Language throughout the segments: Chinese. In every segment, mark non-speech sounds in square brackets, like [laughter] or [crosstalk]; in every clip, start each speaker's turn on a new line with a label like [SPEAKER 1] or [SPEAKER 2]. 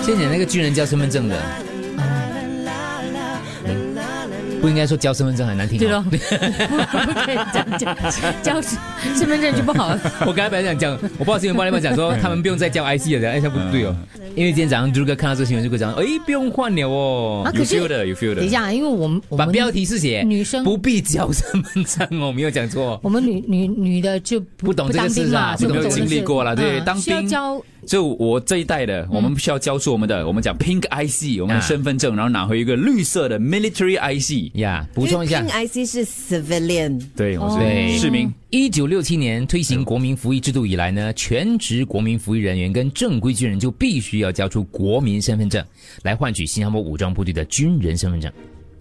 [SPEAKER 1] 现在那个军人叫身份证的，不应该说交身份证很难
[SPEAKER 2] [laughs]
[SPEAKER 1] 听、
[SPEAKER 2] 对
[SPEAKER 1] 哦
[SPEAKER 2] 喽，。不可以讲讲
[SPEAKER 1] [laughs]
[SPEAKER 2] 交身份证就不好。
[SPEAKER 1] 我刚才本来想讲，我不知道新闻报料讲
[SPEAKER 2] [laughs]
[SPEAKER 1] 说他们不用再交 IC 了，哎，这不对哦。
[SPEAKER 2] 嗯
[SPEAKER 1] 因为今天早上朱哥看到这个新闻就跟我讲，哎，不用换了哦
[SPEAKER 2] 啊。
[SPEAKER 3] 有
[SPEAKER 2] 可是
[SPEAKER 3] feel 的，有 feel 的。
[SPEAKER 2] 等一，下，啊因为我们我
[SPEAKER 1] 把
[SPEAKER 2] 们
[SPEAKER 1] 标题是写
[SPEAKER 2] 女生
[SPEAKER 1] 不必交身份证哦，没有讲错。
[SPEAKER 2] 我们女女女的就不
[SPEAKER 1] 不懂这个
[SPEAKER 2] 当兵
[SPEAKER 1] 事啊
[SPEAKER 2] 嘛
[SPEAKER 1] 不懂
[SPEAKER 2] 所以
[SPEAKER 1] 这个
[SPEAKER 2] 我们
[SPEAKER 3] 经历过啦
[SPEAKER 2] 是
[SPEAKER 3] 对
[SPEAKER 2] 嗯
[SPEAKER 3] 当
[SPEAKER 2] 需要
[SPEAKER 3] 兵
[SPEAKER 2] 交
[SPEAKER 3] 就我这一
[SPEAKER 2] 嗯
[SPEAKER 3] 代的，我们需要交出我们的，我们讲 pink IC，我们
[SPEAKER 1] 啊
[SPEAKER 3] 的身份证，然后拿回一个绿色的 military IC。
[SPEAKER 1] 呀，补充一下
[SPEAKER 4] 因为，，PIC 是 civilian，
[SPEAKER 3] 对，
[SPEAKER 2] 哦
[SPEAKER 3] 我
[SPEAKER 1] 对
[SPEAKER 3] 是哦市民。
[SPEAKER 1] 一九六七年推行国民服役制度以来呢，全职国民服役人员跟正规军人就必须要交出国民身份证，来换取新加坡武装部队的军人身份证。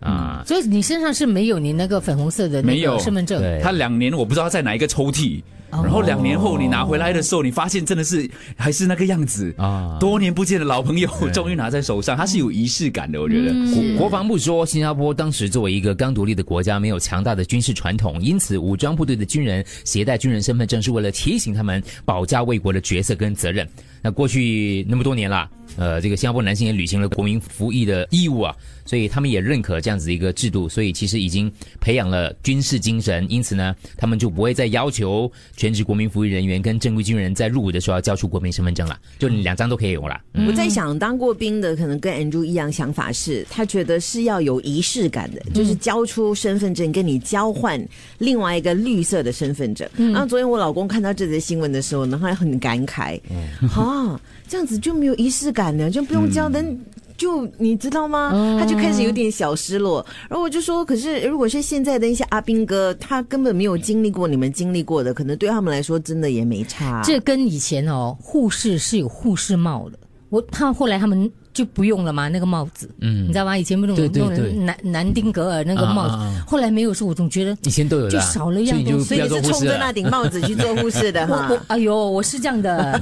[SPEAKER 1] 啊，
[SPEAKER 2] 所以你身上是没有你那个粉红色的那
[SPEAKER 3] 没
[SPEAKER 2] 个
[SPEAKER 3] 有
[SPEAKER 2] 身份证，
[SPEAKER 1] 对
[SPEAKER 3] 他两年我不知道在哪一个抽屉，
[SPEAKER 2] 哦
[SPEAKER 3] 然后两年后你拿回来的时候，你发现真的是还是那个样子
[SPEAKER 1] 啊
[SPEAKER 3] 啊！多年不见的老朋友 [laughs] 终于拿在手上，它是有仪式感的，我觉得。
[SPEAKER 2] 嗯
[SPEAKER 1] 国国防部说，新加坡当时作为一个刚独立的国家，没有强大的军事传统，因此武装部队的军人携带军人身份证是为了提醒他们保家卫国的角色跟责任。那过去那么多年啦，呃，这个新加坡男性也履行了国民服役的义务啊，所以他们也认可这样子一个制度，所以其实已经培养了军事精神，因此呢，他们就不会再要求全职国民服役人员跟正规军人在入伍的时候要交出国民身份证了，就你两张都可以有了。嗯
[SPEAKER 4] 我在想，当过兵的可能跟 Andrew 一样想法是，他觉得是要有仪式感的，
[SPEAKER 1] 嗯
[SPEAKER 4] 就是交出身份证跟你交换另外一个绿色的身份证。
[SPEAKER 1] 嗯
[SPEAKER 4] 然后昨天我老公看到这则新闻的时候呢，他很感慨，
[SPEAKER 1] 嗯
[SPEAKER 4] 啊，这样子就没有仪式感了，就不用交人。
[SPEAKER 1] 嗯
[SPEAKER 4] 就你知道
[SPEAKER 1] 哦
[SPEAKER 4] 吗？他就开始有点小失落，然后我就说，可是如果是现在的一些阿兵哥，他根本没有经历过你们经历过的，可能对他们来说真的也没差。
[SPEAKER 2] 这跟以前哦，护士是有护士帽的。我怕后来他们就不用了嘛，那个帽子，嗯，你知道吗？以前不是
[SPEAKER 1] 对对
[SPEAKER 2] 用了
[SPEAKER 1] 对
[SPEAKER 2] 南南丁格尔那个帽子，
[SPEAKER 1] 啊啊啊
[SPEAKER 2] 后来没有时候我总觉得
[SPEAKER 1] 以前都有的啊，
[SPEAKER 2] 就少了一样
[SPEAKER 1] 所以你就
[SPEAKER 2] 东
[SPEAKER 1] 不
[SPEAKER 2] 西
[SPEAKER 4] 所以
[SPEAKER 1] 要
[SPEAKER 4] 你
[SPEAKER 1] 做
[SPEAKER 4] 是
[SPEAKER 1] 护
[SPEAKER 4] 冲
[SPEAKER 1] 士啊
[SPEAKER 4] 着
[SPEAKER 1] 了
[SPEAKER 4] 那。顶帽子去做护士的
[SPEAKER 2] 我
[SPEAKER 4] 哈
[SPEAKER 2] [laughs] 我？
[SPEAKER 1] 啊
[SPEAKER 2] 哎呦，我是这样
[SPEAKER 1] [laughs]
[SPEAKER 2] 的，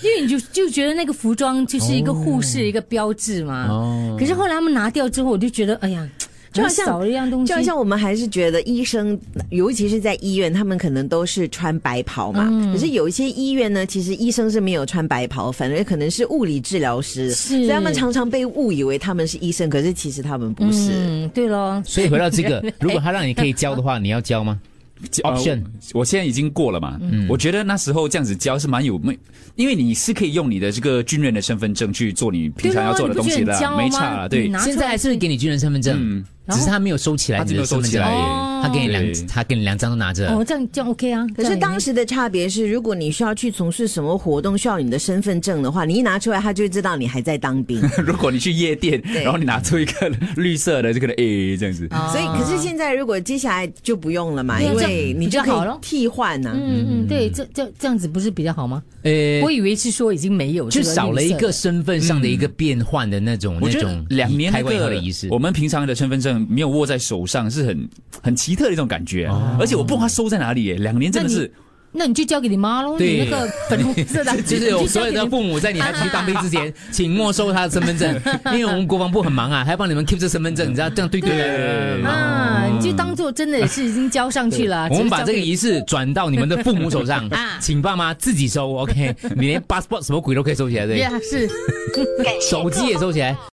[SPEAKER 2] 因为你就就觉得那个服装就是一个护士、一个标志嘛。
[SPEAKER 1] 哦
[SPEAKER 2] 可是后来他们拿掉之后，我就觉得哎呀，
[SPEAKER 4] 就好像
[SPEAKER 2] 少了一样东西，
[SPEAKER 4] 就好像我们还是觉得医生，尤其是在医院，他们可能都是穿白袍嘛。
[SPEAKER 2] 嗯
[SPEAKER 4] 可是有一些医院呢，其实医生是没有穿白袍，反而可能是物理治疗师，
[SPEAKER 2] 是
[SPEAKER 4] 所以他们常常被误以为他们是医生，可是其实他们不是。
[SPEAKER 2] 嗯，对咯。
[SPEAKER 1] 所以回到这
[SPEAKER 2] [laughs]
[SPEAKER 1] 个，如果他让你可以交的话，你要交吗？Option
[SPEAKER 3] 呃我我现在已经过了嘛，
[SPEAKER 2] 嗯
[SPEAKER 3] 嗯我觉得那时候这样子交是蛮有没，因为你是可以用你的这个军人的身份证去做你平常要做的东西的
[SPEAKER 2] 对咯
[SPEAKER 3] 啦，
[SPEAKER 2] 你
[SPEAKER 3] 没
[SPEAKER 2] 不觉得很骄傲吗嗯
[SPEAKER 3] 差啦，对 [laughs]
[SPEAKER 2] 你拿，出来
[SPEAKER 1] 现在还是给你军人身份证
[SPEAKER 3] 嗯，
[SPEAKER 1] 只是他没有收起来
[SPEAKER 3] 他
[SPEAKER 1] 你的
[SPEAKER 3] 只
[SPEAKER 1] 身份
[SPEAKER 3] 有收起
[SPEAKER 1] 证
[SPEAKER 3] 来，
[SPEAKER 2] 哦
[SPEAKER 1] 他给你
[SPEAKER 3] 对
[SPEAKER 1] 两，他给你两张都拿着。
[SPEAKER 2] 哦，这样这样 OK 啊。
[SPEAKER 4] 可是当
[SPEAKER 2] 时
[SPEAKER 4] 时的差别是，如果你需要去从事什么活动，需要你的身份证的话，你一拿出来，他就知道你还在当兵。
[SPEAKER 3] 如果你去夜店，然后你拿出一个绿色的这个的 A 哎这样子，
[SPEAKER 4] 所以，可是现在如果接下来就不用了嘛，
[SPEAKER 2] 对啊
[SPEAKER 4] 因
[SPEAKER 2] 哦这
[SPEAKER 4] 为
[SPEAKER 2] 样
[SPEAKER 4] 你
[SPEAKER 2] 比
[SPEAKER 4] 就
[SPEAKER 2] 较
[SPEAKER 4] 可
[SPEAKER 2] 好
[SPEAKER 4] 以
[SPEAKER 2] 咯
[SPEAKER 4] 替换啊呐、
[SPEAKER 2] 嗯嗯，对，这这这样子不是比较好吗？
[SPEAKER 1] 呃
[SPEAKER 2] 我以为是说已经没有这
[SPEAKER 1] 就
[SPEAKER 2] 绿色的，
[SPEAKER 1] 少了一个身份上的一个变换的那种
[SPEAKER 3] 我
[SPEAKER 1] 那
[SPEAKER 3] 觉得
[SPEAKER 1] 种
[SPEAKER 3] 两年
[SPEAKER 1] 开
[SPEAKER 3] 那
[SPEAKER 1] 关以后
[SPEAKER 3] 个
[SPEAKER 1] 的仪式
[SPEAKER 3] 我。们平常的身份证没有握在手上，是很很奇特的一种感觉，啊
[SPEAKER 1] 哦
[SPEAKER 3] 而且我不知道它收在哪里耶。两年真的是
[SPEAKER 2] 那你就交给你妈喽，
[SPEAKER 1] 对，
[SPEAKER 2] 你那个粉红色
[SPEAKER 1] [laughs]
[SPEAKER 2] 的
[SPEAKER 1] 就是有所有的父母在你还不去当兵之
[SPEAKER 2] [laughs]
[SPEAKER 1] 前，请没收他的身份证，因为我们国防部很忙啊，还帮你们 keep 这身份证，你知
[SPEAKER 2] 嗯
[SPEAKER 1] 道这样对对对
[SPEAKER 2] 母啊，你就当做真的是已经交上去了。
[SPEAKER 1] 我们把
[SPEAKER 2] 只
[SPEAKER 1] 这个
[SPEAKER 2] 啊是交给
[SPEAKER 1] 仪式转到你们的父母手上
[SPEAKER 2] [laughs] 啊，
[SPEAKER 1] 请爸妈自己收。OK，你连 passport 什么鬼都可以收起来，对，
[SPEAKER 2] 呀是。
[SPEAKER 1] 手机也收起来。